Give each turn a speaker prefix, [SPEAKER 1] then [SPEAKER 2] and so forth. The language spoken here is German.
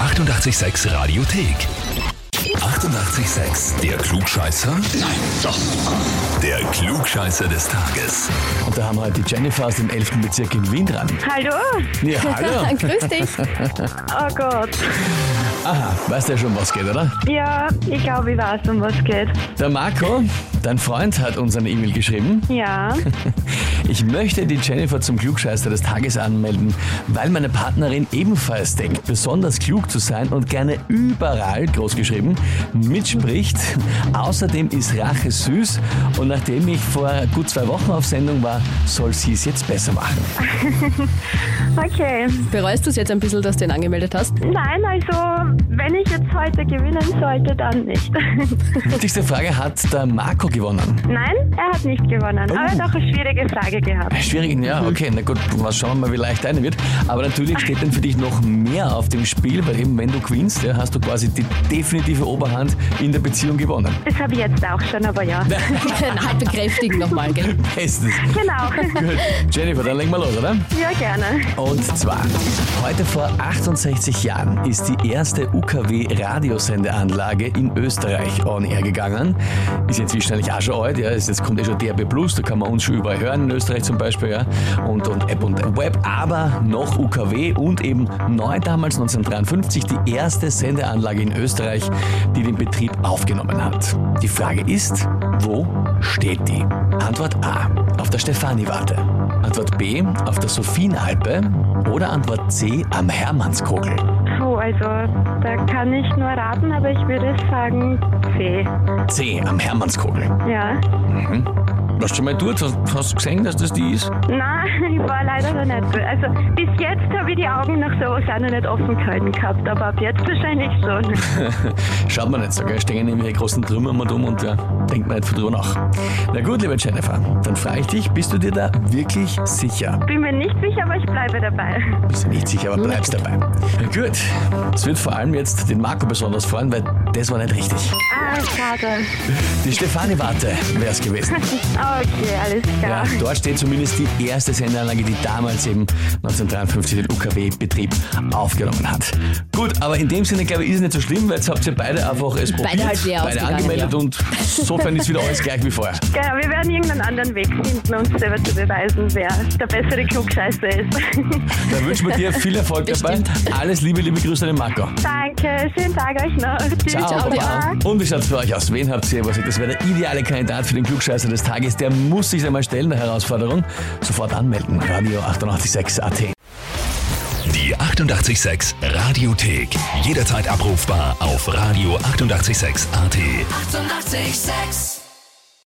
[SPEAKER 1] 886 Radiothek. 88,6. Der Klugscheißer? Nein, doch. Der Klugscheißer des Tages.
[SPEAKER 2] Und da haben wir halt die Jennifer aus dem 11. Bezirk in Wien dran.
[SPEAKER 3] Hallo?
[SPEAKER 2] Ja, hallo.
[SPEAKER 3] Grüß dich. Oh Gott.
[SPEAKER 2] Aha, weißt ja schon, was geht, oder?
[SPEAKER 3] Ja, ich glaube, ich weiß, um was geht.
[SPEAKER 2] Der Marco, dein Freund, hat uns eine E-Mail geschrieben.
[SPEAKER 3] Ja.
[SPEAKER 2] Ich möchte die Jennifer zum Klugscheißer des Tages anmelden, weil meine Partnerin ebenfalls denkt, besonders klug zu sein und gerne überall, großgeschrieben, mitspricht. Außerdem ist Rache süß und nachdem ich vor gut zwei Wochen auf Sendung war, soll sie es jetzt besser machen.
[SPEAKER 3] Okay.
[SPEAKER 4] Bereust du es jetzt ein bisschen, dass du ihn angemeldet hast?
[SPEAKER 3] Nein, also, wenn ich jetzt heute gewinnen sollte, dann nicht.
[SPEAKER 2] Wichtigste Frage, hat der Marco gewonnen?
[SPEAKER 3] Nein, er hat nicht gewonnen. Aber er hat auch eine schwierige Frage gehabt.
[SPEAKER 2] Schwierigen, ja, okay, na gut, was schauen wir mal, wie leicht eine wird. Aber natürlich steht dann für dich noch mehr auf dem Spiel, weil eben, wenn du gewinnst, ja, hast du quasi die definitive Oberhand in der Beziehung gewonnen.
[SPEAKER 3] Das habe ich jetzt auch schon, aber ja.
[SPEAKER 4] Na, halt bekräftigen nochmal, gell?
[SPEAKER 2] Bestens.
[SPEAKER 3] Genau.
[SPEAKER 2] Gut. Jennifer, dann legen wir los, oder?
[SPEAKER 3] Ja, gerne.
[SPEAKER 2] Und zwar, heute vor 68 Jahren ist die erste UKW-Radiosendeanlage in Österreich on air gegangen. Ist jetzt wahrscheinlich auch schon alt, ja. ist- Jetzt kommt eh schon DRB Plus, da kann man uns schon überall hören in Österreich zum Beispiel, ja. Und, und App und Web, aber noch UKW und eben neu damals 1953 die erste Sendeanlage in Österreich, die den Betrieb aufgenommen hat. Die Frage ist, wo steht die? Antwort A, auf der Stefani-Warte. Antwort B auf der Sophienalpe oder Antwort C am Hermannskogel.
[SPEAKER 3] Puh, also, da kann ich nur raten, aber ich würde sagen, C.
[SPEAKER 2] C am Hermannskogel.
[SPEAKER 3] Ja.
[SPEAKER 2] Was schon mal tut, hast hast du gesehen, dass das die ist?
[SPEAKER 3] Nein, ich war leider noch nicht. so- Also bis jetzt habe ich die Augen nach sowas auch noch nicht offen gehalten gehabt, aber ab jetzt wahrscheinlich schon.
[SPEAKER 2] Schaut man nicht so, gell? Stehen irgendwelche großen Trümmer mal um und ja, denkt man nicht viel drüber nach. Na gut, liebe Jennifer, dann frage ich dich, bist du dir da wirklich sicher?
[SPEAKER 3] Bin mir nicht sicher, aber ich bleibe dabei.
[SPEAKER 2] Bist du nicht sicher, aber bleibst dabei. Na gut, es wird vor allem jetzt den Marco besonders freuen, weil das war nicht richtig.
[SPEAKER 3] Ah, schade.
[SPEAKER 2] Die Stefanie-Warte wäre es gewesen.
[SPEAKER 3] Okay, alles
[SPEAKER 2] Ja,
[SPEAKER 3] klar.
[SPEAKER 2] dort steht zumindest die erste Sendeanlage, die damals eben 1953 den UKW-Betrieb aufgenommen hat. Gut, aber in dem Sinne, glaube ich, ist es nicht so schlimm, weil jetzt habt ihr beide einfach es probiert,
[SPEAKER 4] halt leer
[SPEAKER 2] beide
[SPEAKER 4] ausgegangen,
[SPEAKER 2] angemeldet
[SPEAKER 4] ja.
[SPEAKER 2] und insofern ist wieder alles gleich wie vorher.
[SPEAKER 3] Genau, wir werden irgendeinen anderen Weg finden, uns selber zu beweisen, wer der bessere Klugscheißer ist.
[SPEAKER 2] Dann wünschen wir dir viel Erfolg dabei. Alles Liebe, liebe Grüße an den Marco.
[SPEAKER 3] Danke, schönen Tag euch noch. Tschüss, Baba.
[SPEAKER 2] Baba. Und wie schaut's für euch aus? Wen habt ihr? Was ihr- das wäre der ideale Kandidat für den Klugscheißer des Tages. Der muss sich einmal stellen, der Herausforderung. Sofort anmelden. Radio 886 AT.
[SPEAKER 1] Die 88,6 Radiothek. Jederzeit abrufbar auf radio886.at. 88,6.
[SPEAKER 5] Eighty-eight, sex.